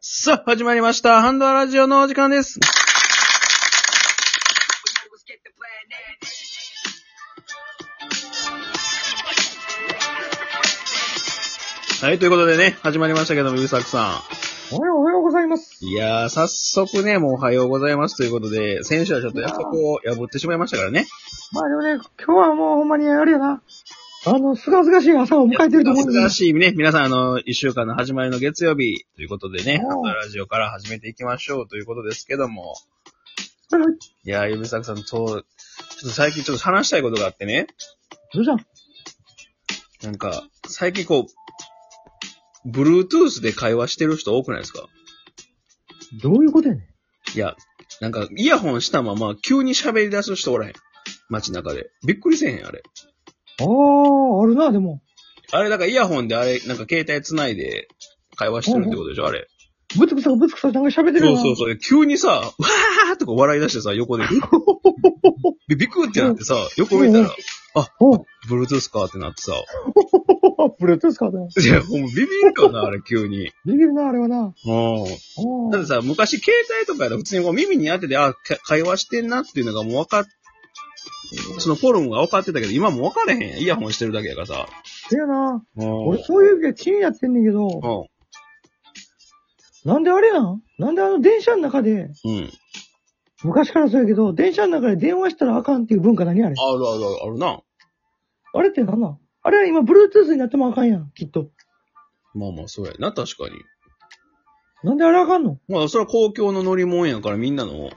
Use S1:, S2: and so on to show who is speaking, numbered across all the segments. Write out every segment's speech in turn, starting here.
S1: さあ、始まりました。ハンドアラジオのお時間です。はい、ということでね、始まりましたけども、ゆうさくさ
S2: おはようおはようございます。
S1: ん。いやー、早速ね、もうおはようございますということで、先週はちょっと約束を破ってしまいましたからね。
S2: まあでもね、今日はもうほんまにあれやな。あの、すがすがしい朝を迎えてると思うん
S1: 珍
S2: です。
S1: しいね、皆さん、あの、一週間の始まりの月曜日ということでね、
S2: うん
S1: ハンドアラジオから始めていきましょうということですけども、
S2: はい
S1: いやー、ゆうさくさん、そう、ちょっと最近ちょっと話したいことがあってね、
S2: どうじゃん
S1: なんか、最近こう、Bluetooth で会話してる人多くないですか
S2: どういうことやねん。
S1: いや、なんか、イヤホンしたまま急に喋り出す人おらへん。街中で。びっくりせえへん、あれ。
S2: あー、あるな、でも。
S1: あれ、なんかイヤホンであれ、なんか携帯繋いで会話してるってことでしょ、あれ。
S2: ぶつくさぶつくさなんか喋ってる
S1: そ
S2: よ
S1: う
S2: な。
S1: そうそう。急にさ、わーとか笑い出してさ、横 で、びびくってなってさ、横見た
S2: うんう
S1: ら、
S2: おう。
S1: Bluetooth かってなってさ、
S2: アップルトゥースかね。
S1: いや、もうビビるかな、あれ、急に。
S2: ビビるな、あれはな。
S1: うん。
S2: お
S1: だって
S2: ー
S1: さ、昔携帯とかやったら普通にこう耳に当てて、あ、か会話してんなっていうのがもう分かっ、そのフォルムが分かってたけど、今もう分かれへんやん。イヤホンしてるだけやからさ。
S2: せやな。
S1: うん。
S2: 俺そういうの気になってんねんけど、
S1: う
S2: なんであれなんなんであの電車の中で、
S1: ん。うん。
S2: 昔からそうやけど、電車の中で電話したらあかんっていう文化何あ
S1: あ
S2: れ
S1: るあるある、あるな。
S2: あれってなんなんあれは今、Bluetooth になってもあかんやん、きっと。
S1: まあまあ、そうやな、確かに。
S2: なんであれあかんの
S1: まあ、それは公共の乗り物やから、みんなの、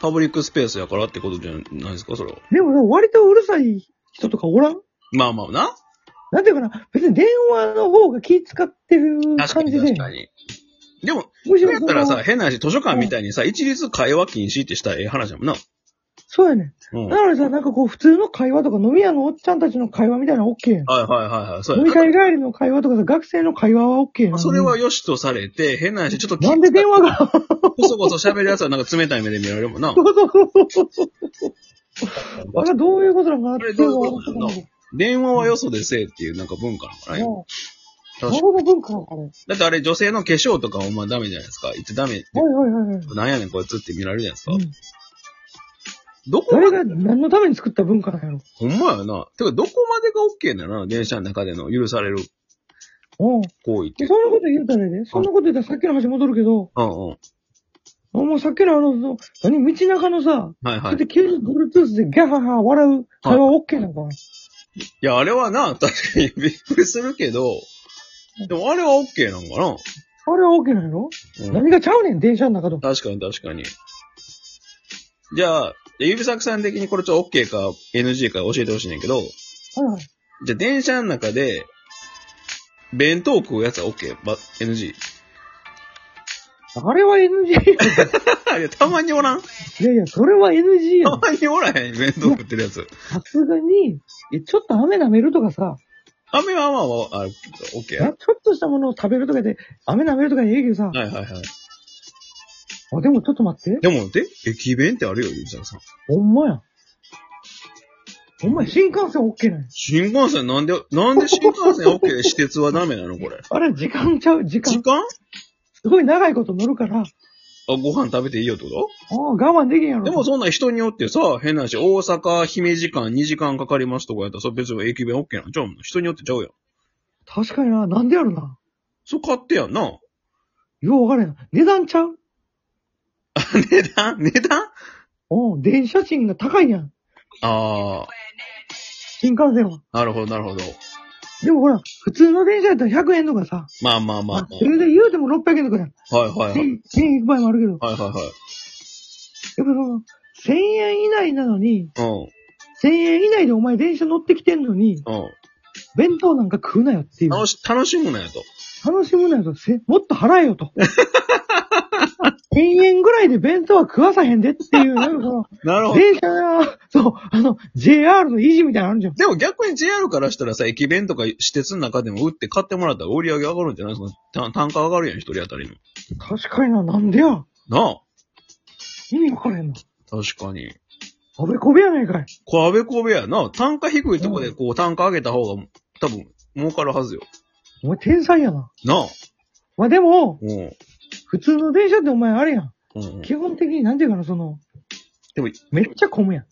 S1: パブリックスペースやからってことじゃないですか、それは。
S2: でもな割とうるさい人とかおらん
S1: まあまあな。
S2: なんていうかな、別に電話の方が気使ってる
S1: 確か
S2: 感
S1: に
S2: じで
S1: 確。かに。でも、
S2: むし
S1: それ
S2: ろ
S1: やっ
S2: そ
S1: たら
S2: の
S1: さ、変な話、図書館みたいにさ、一律会話禁止ってしたらええ話やもんな。
S2: そうやね。
S1: うん。はい
S2: なのでさ、なんかこう普通の会話とか飲み屋のおっちゃんたちの会話みたいなのは OK やん。
S1: はいはいはい、そう
S2: 飲
S1: やな。
S2: み会帰りの会話とかさ、学生の会話は OK や
S1: ま
S2: ん。
S1: あそれは良しとされて、変な話、ちょっと
S2: なんで電話 が、
S1: こそこそ喋るやつはなんか冷たい目で見られるもんな
S2: そ。うそうそうそうそう。あ
S1: あ
S2: れはどういうことなのかな
S1: あ
S2: っ
S1: れ
S2: てい
S1: ど
S2: うの
S1: ういうこ
S2: は
S1: となの電話はよそでせえっていうなんか文化なのかな、今
S2: もう、
S1: 確かに
S2: 顔の文化なのかね。
S1: だってあれ女性の化粧とかもまあダメじゃないですか。いつダメって。
S2: はいはいはいはい。
S1: なんやねんこいつって見られるじゃないですか。
S2: うん
S1: どこま
S2: 誰
S1: で、
S2: が何のために作った文化なんやろ。
S1: ほんまやな。てかどこまでが OK なのな、電車の中での許される
S2: うん。
S1: 行為っ
S2: で
S1: て。
S2: そんなこと言うたらね、そんなこと言ったらさっきの話戻るけど、
S1: うんうん。は
S2: あもうさっきのあの、その何、道中のさ、
S1: い
S2: そ
S1: は
S2: れ
S1: い。
S2: で急に Bluetooth でギャハハ笑う会話 OK なのかな、
S1: いや、あれはな、確かにびっくりするけど、でもあれは OK なんか
S2: あれは OK なんやろ、
S1: な。うん、
S2: 何がちゃうねん、電車の中と。
S1: 確かに確かに。じゃあ、で指作さん的にこれちょっと OK か NG か教えてほしいねんけど、
S2: はいはい。
S1: じゃあ電車の中で、弁当食うやつは OK? ば、NG?
S2: あれ は NG。
S1: いや、たまにおらん
S2: いやいや、それは NG や
S1: た
S2: ん。
S1: まにおらへん弁当食ってるやつ。
S2: さすがに、えちょっと雨舐めるとかさ、
S1: 雨はまあまあ、あ、OK?
S2: えち
S1: はい
S2: ょっとしたものを食べるとかで、雨舐めるとかでええけどさ、
S1: はいはい。
S2: あ、でもちょっと待って。
S1: でも、で、駅弁ってあるよ、ゆうさんさん。
S2: ほんまや。ほんまや、新幹線 OK なんや。
S1: 新幹線なんで、なんで新幹線 OK で私鉄はダメなのこれ。
S2: あれ、時間ちゃう、時間
S1: 時。間あ、
S2: すごい長いこと乗るから、あ
S1: ご飯食べていいよってこ
S2: あ、我慢できんやろ。
S1: とでもそんな人によってさ、変な話、大阪、姫時間2時間かかりますとかやったら、それ別に駅弁 OK なんちゃうの人によってちゃうやん。
S2: 確かにな、なんでやろな。
S1: そう買ってやんな。
S2: ようわからへんない。値段ちゃう
S1: 値段値段
S2: うん、電車賃が高いやん。
S1: あ
S2: 新幹線は。
S1: あ、なるほど、なるほど。
S2: でもほら、普通の電車やったら100円とかさ。
S1: まあまあまあ。
S2: まあそれで言うても600円とかやん。
S1: はいはいはい。
S2: 1000 1000円いく場合もあるけど。やっ
S1: はいは
S2: ぱその、1000円以内なの
S1: い
S2: に、
S1: はい。
S2: 1000円以内でお前電車乗ってきてんのに、
S1: うん。うん。
S2: 弁当なんか食うなよっていう。
S1: 楽し、楽しむなよと。
S2: 楽しむなよと、せもっと払えよと。1000円ぐらいで弁当は食わさへんでっていう、なんかその、
S1: な る。
S2: 電車が、そう、あの、JR の維持みたいなのあるじゃん。
S1: でも逆に JR からしたらさ、駅弁とか私鉄の中でも売って買ってもらったら売り上げ上がるんじゃないですか単価上がるやん、一人当たりの。
S2: 確かにな、なんでや。
S1: なあ
S2: 意味わからへんな。
S1: 確かに。
S2: あべこべやないかい。
S1: これ、あべこべやな。単価低いとこでこう単価上げた方が、多分、儲かるはずよ。
S2: お前天才やな。
S1: なあ
S2: まあでも、
S1: うん。
S2: 普通の電車ってお前あれやん。
S1: うん。
S2: 基本的になんていうかな、その、
S1: でも、
S2: めっちゃ混むやん。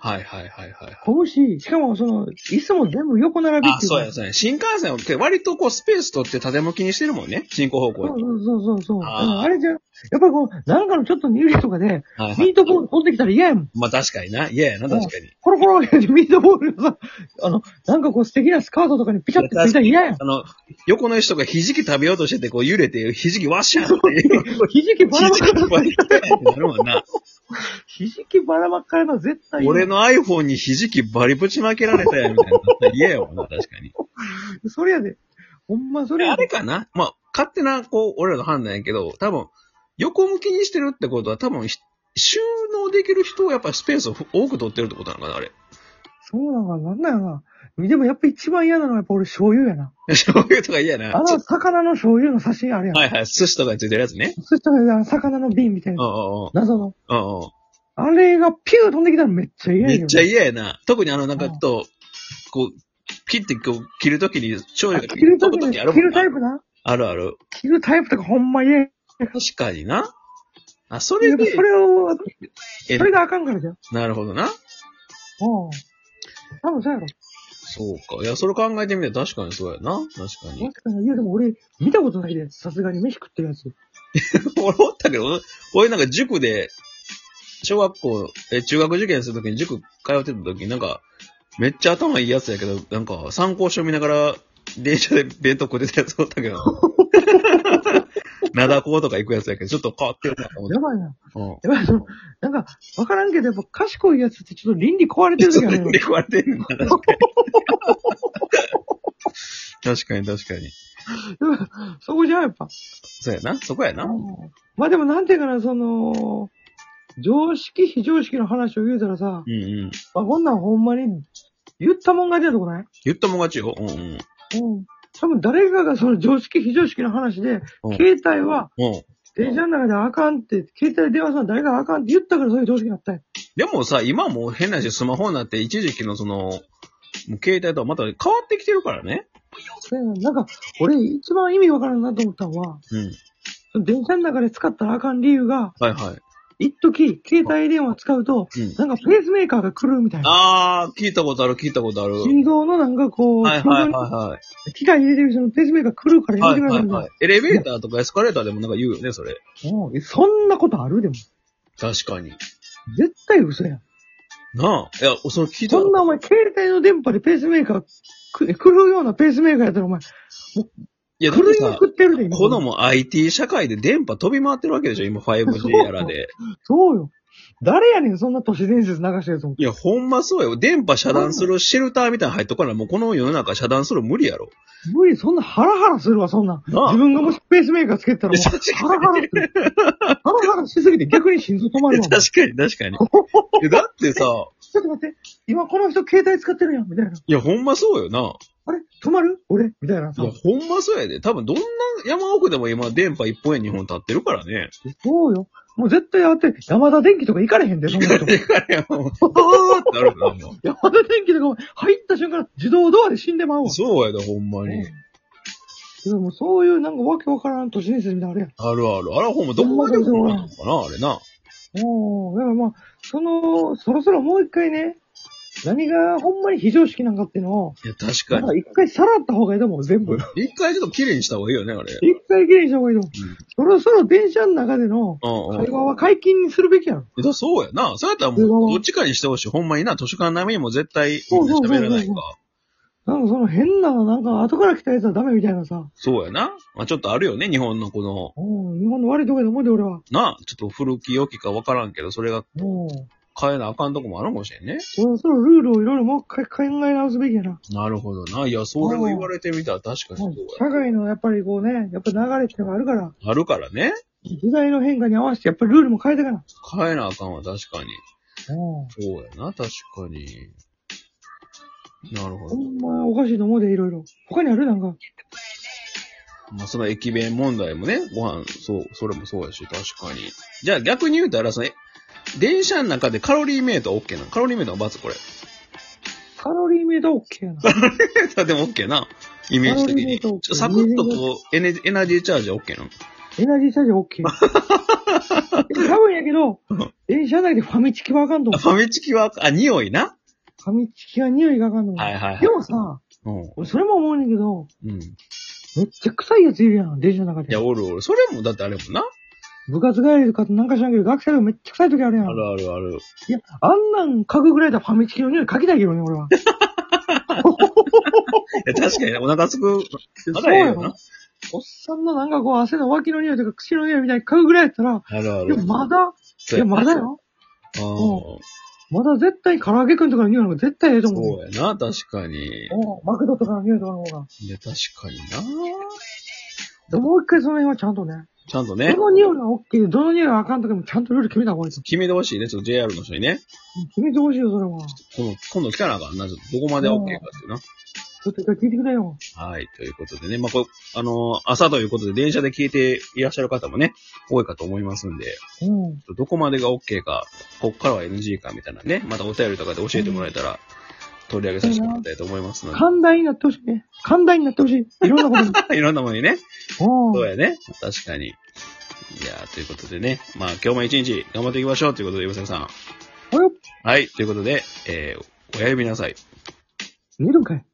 S1: はいはいはいはい。
S2: 混むし、しかもその、椅子も全部横並び
S1: あ、
S2: っていうか。
S1: そうや、そうや。新幹線って割とこうスペース取って縦向きにしてるもんね。進行方
S2: そう
S1: 向に。
S2: そうそうそう。
S1: あー
S2: ああれじゃん、やっぱりこう、なんかのちょっとミュージとかで、
S1: はいは
S2: ミー
S1: い。
S2: トボール飛んできたら嫌やもん。
S1: まあ確かにな。嫌やな、確かに。
S2: コロコロってミートボールがさ、あの、なんかこう素敵なスカートとかにピチャってついたら嫌やん。
S1: あの、横の人がひじき食べようとしてて、こう揺れて、ひじきわっしゃーっていう。
S2: ひじきばらま
S1: ひじ
S2: か
S1: き
S2: れ
S1: ばらま
S2: た。
S1: かれてなるもんな。
S2: ひじきばらまかれた絶対嫌
S1: 俺の iPhone にひじきバリぶちまけられたやみたいな。嫌やわな、確かに。
S2: それやで。ほんまそれ
S1: であ
S2: や
S1: れ
S2: で。
S1: かなまあ、勝手な、こう、俺らの判断やけど、多分、横向きにしてるってことは、多分、ひ収納できる人をやっぱスペースを多く取ってるってことなのかな、あれ。
S2: そうなのか、なんだよな。でもやっぱ一番嫌なのはやっぱ俺醤油やな。
S1: 醤油とか嫌やな。
S2: あの魚の醤油の刺身あれやん。
S1: はいはい、寿司とかについてるやつね。
S2: そしたらあの魚の瓶みたい
S1: うん
S2: な。
S1: うんうん。
S2: 謎の。
S1: うんうん。
S2: あれがピュー飛んできたらめっちゃ嫌や
S1: め
S2: け
S1: っ
S2: ど。
S1: ちゃ嫌やな。特にあの、なんかちょっと、こう、ピッてこう、切るときに、醤油が
S2: 着るタイ
S1: 飛ぶ
S2: プ
S1: 時ある
S2: 着
S1: もん
S2: るタ
S1: な
S2: イ。プな。
S1: あるある。
S2: 着るタイプとかほんま嫌や。
S1: 確かにな。あ、そ
S2: や
S1: れ
S2: っぱ
S1: で
S2: そ、れを、
S1: え
S2: それがあかんからじゃん。
S1: なるほどな。
S2: うん。多分そうやろ。
S1: そうか。いや、それ考えてみたら確かにそうやな。確かに。
S2: 確かに。いや、でも俺、見たことないで、さすがに飯食ってるやつ。
S1: 俺おったけど、俺なんか塾で、小学校、え、中学受験するときに塾通ってたときになんか、めっちゃ頭いいやつやけど、なんか参考書見ながら、電車で弁当食ってたやつおったけど。 灘高とか行くやつやけど、ちょっと変わってるなと思って
S2: やばいな。。
S1: うん
S2: やばい、その、なんか、わからんけど、やっぱ賢いやつってちょっと倫理壊れて
S1: ちょ
S2: る
S1: っと
S2: 時あるよ
S1: ね。食われてるんだな。確かに確かに。
S2: そこじゃん、やっぱ。
S1: そうやな。そこやな。
S2: まあでも、なんていうかな、その、常識、非常識の話を言うたらさ
S1: う、んうん。
S2: まあ、こんなんほんまに、言ったもんが出たとこない
S1: 言ったもん勝ちよ。うんうん。
S2: うん。多分誰かがその常識、非常識の話で、
S1: うん
S2: 携帯は
S1: うん。
S2: 電車の中であかんって、携帯電話するの誰かがあかんって言ったからそういう常識になったんや
S1: でもさ、今もう変なし、スマホになって一時期のその、もう携帯とはまた変わってきてるからね。
S2: でなんか、俺一番意味わからんなと思ったのは、
S1: うん。
S2: その電車の中で使ったらあかん理由が、
S1: はいはい。
S2: 一時携帯電話使うと、
S1: うん。
S2: なんかペースメーカーが来るみたいな。
S1: あー、聞いたことある、聞いたことある。
S2: 心臓のなんかこう、
S1: はい
S2: 心臓
S1: はい
S2: に
S1: は
S2: 機械入れてる人のペースメーカー来るから
S1: い
S2: や
S1: はい。
S2: めてくだ
S1: はいはい
S2: さいみたい
S1: はい。エレベーターとかエスカレーターでもなんか言うよね、それ。
S2: なもうえそんなことあるでも。
S1: 確かに。
S2: 絶対嘘やん。
S1: なあ。いや、それ聞いた
S2: そんなお前、携帯の電波でペースメーカーく、来るようなペースメーカーやったらお前、
S1: いや、だ
S2: 狂
S1: って
S2: いま
S1: さ、
S2: くってるで、今
S1: このも IT 社会で電波飛び回ってるわけでしょ、今 5G やら で。
S2: そうよ。誰やねん、そんな都市伝説流したやつも。
S1: いや、ほんまそうよ。電波遮断するシェルターみたいなの入っとかないもうこの世の中遮断するの無理やろ。
S2: 無理、そんなハラハラするわ、そんなん。
S1: なあ
S2: 自分がもしペースメーカーつけて たらも
S1: 確
S2: う、ハラハラする。ハラハラしすぎて逆に心臓止まるわ。
S1: 確
S2: ちょ
S1: かに、確かに。えだって さ、
S2: っと待って、今この人携帯使ってるやん、みたいな。
S1: いや、ほんまそうよな。
S2: あれ止まる俺みたいなさ
S1: いや、。ほんまそうやで。多分、どんな山奥でも今、電波一本や二本立ってるからね。
S2: そうよ。もう絶対あって、山田電機とか行かれへんで、そんな 人。
S1: いや、もう、おーってなるからも
S2: 山田電機とかお前入った瞬間、自動ドアで死んでまう
S1: う
S2: わ。
S1: そうやで、ほんまに。
S2: でもそういうなんかわけわからん都市伝説みたいなのあれやん。
S1: あるある。あれはほんま、どこまでもなのかな、あれな。
S2: おお、だからまあ、その、そろそろもう一回ね、何がほんまに非常識なんかっていうのを、
S1: いや、確
S2: な
S1: か
S2: んか一回さらった方がいいと思う、全部。
S1: に。一回ちょっと綺麗にした方がいいよね、あれ。
S2: 一回きれいにした方がいいと思う。そろそろ電車の中での
S1: うんうん
S2: 会。話は解禁にするべきやろ。
S1: いやそうやな。そうやったらもう、どっちかにしてほしい。ほんまにな、図書館並みにも絶対、喋らないか。
S2: なんかその変な、なんか後から来たやつはダメみたいなさ、
S1: そうやな。まあ、ちょっとあるよね、日本のこの、
S2: うん、日本の悪いとこやと思うで俺は。
S1: な、ちょっと古き良きかわからんけど、それが
S2: もう、
S1: 変えなあかんとこもあるかもしれんね。
S2: そろそろルールをいろいろもう一回考え直すべきやな。
S1: なるほどな。いや、それを言われてみたら確かにそう
S2: 社会のやっぱりこうね、やっぱ流れってのがあるから、
S1: や。あるからね。
S2: 時代の変化に合わせてやっぱりルールも変えてから。
S1: 変えなあかんわ、確かに。
S2: うん
S1: そうやな、確かに。なるほ
S2: ほ
S1: ど。
S2: んまおかしいと思うで、いろいろ。他にあるなんか。
S1: まあ、その駅弁問題もね、ご飯、そう、それもそうやし、確かに。じゃあ逆に言うたら、その、え電車の中でカロリーメイトは OK なのカロリーメイトは罰これ。
S2: カロリーメイトは OK や な。
S1: カロリーメイトはでも OK な。イメージ的に。
S2: カロリーメイト
S1: ちょサクッとこうエネ、エナジーチャージは OK なの
S2: エナジーチャージオッケー。え多分やけど、電車内でファミチキはあかんと思
S1: ファミチキは、あ、匂いな。
S2: う。ファミチキは匂いがあかんと思う。
S1: はいはいはい
S2: で。もさ、
S1: う
S2: 俺それも思うねんだけど、
S1: ん。うん。い
S2: めっちゃ臭いやついるやん、電車の中で
S1: や、。おるおる。それも、だってあれもんな。
S2: 部活帰りとかなんか知らんけど、学生とかめっちゃ臭い時あるやん
S1: あ。るあるある。
S2: いや、あんなん嗅ぐぐらいだファミチキの匂い嗅ぎたいけどね、俺は。
S1: いや、確かにねお腹すく。あ
S2: そう
S1: らええ
S2: や
S1: よ
S2: ろ
S1: な。。
S2: おっさんのなんかこう汗の脇の匂いとか口の匂いみたいに嗅ぐぐらいやったら、
S1: あるあ
S2: いや、
S1: る。
S2: まだ、いや、まだよ。
S1: うん。
S2: うまだ絶対唐揚げくんとかの匂いの方が絶対ええと思うね。
S1: そうやな、確かに。い
S2: おマクドとかの匂いとかの方が。
S1: や、確かにな。
S2: でもう一回その辺はちゃんとね。
S1: ちゃんと
S2: ど
S1: ね、
S2: の匂いが OK で、どの匂いがあかんとかもちゃんとルール決めた方がいいと。
S1: 決めてほしいね、ちょっと JR の人にね。
S2: 決めてほしいよ、それは。
S1: 今度、今度来たらあかんな、ちょっとどこまで OK かっていうな。
S2: ちょっと一回聞いてくれよ。
S1: はい、ということでね、まあ、これ、あのー朝ということで電車で聞いていらっしゃる方もね、多いかと思いますんで、
S2: うん。
S1: どこまでが OK か、こっからは NG かみたいなね、またお便りとかで教えてもらえたら、取り上げさせてもらいたいと思いますので。
S2: 寛大になってほしいね。寛大になってほしい。いろんなことに。
S1: いろんなものにね。
S2: うん。
S1: そうやね。確かに。いやーということでね。まあ、今日も一日頑張っていきましょうということで、岩崎さん。
S2: およ
S1: はい。ということで、えー、おやすみなさい。
S2: 見るんかい。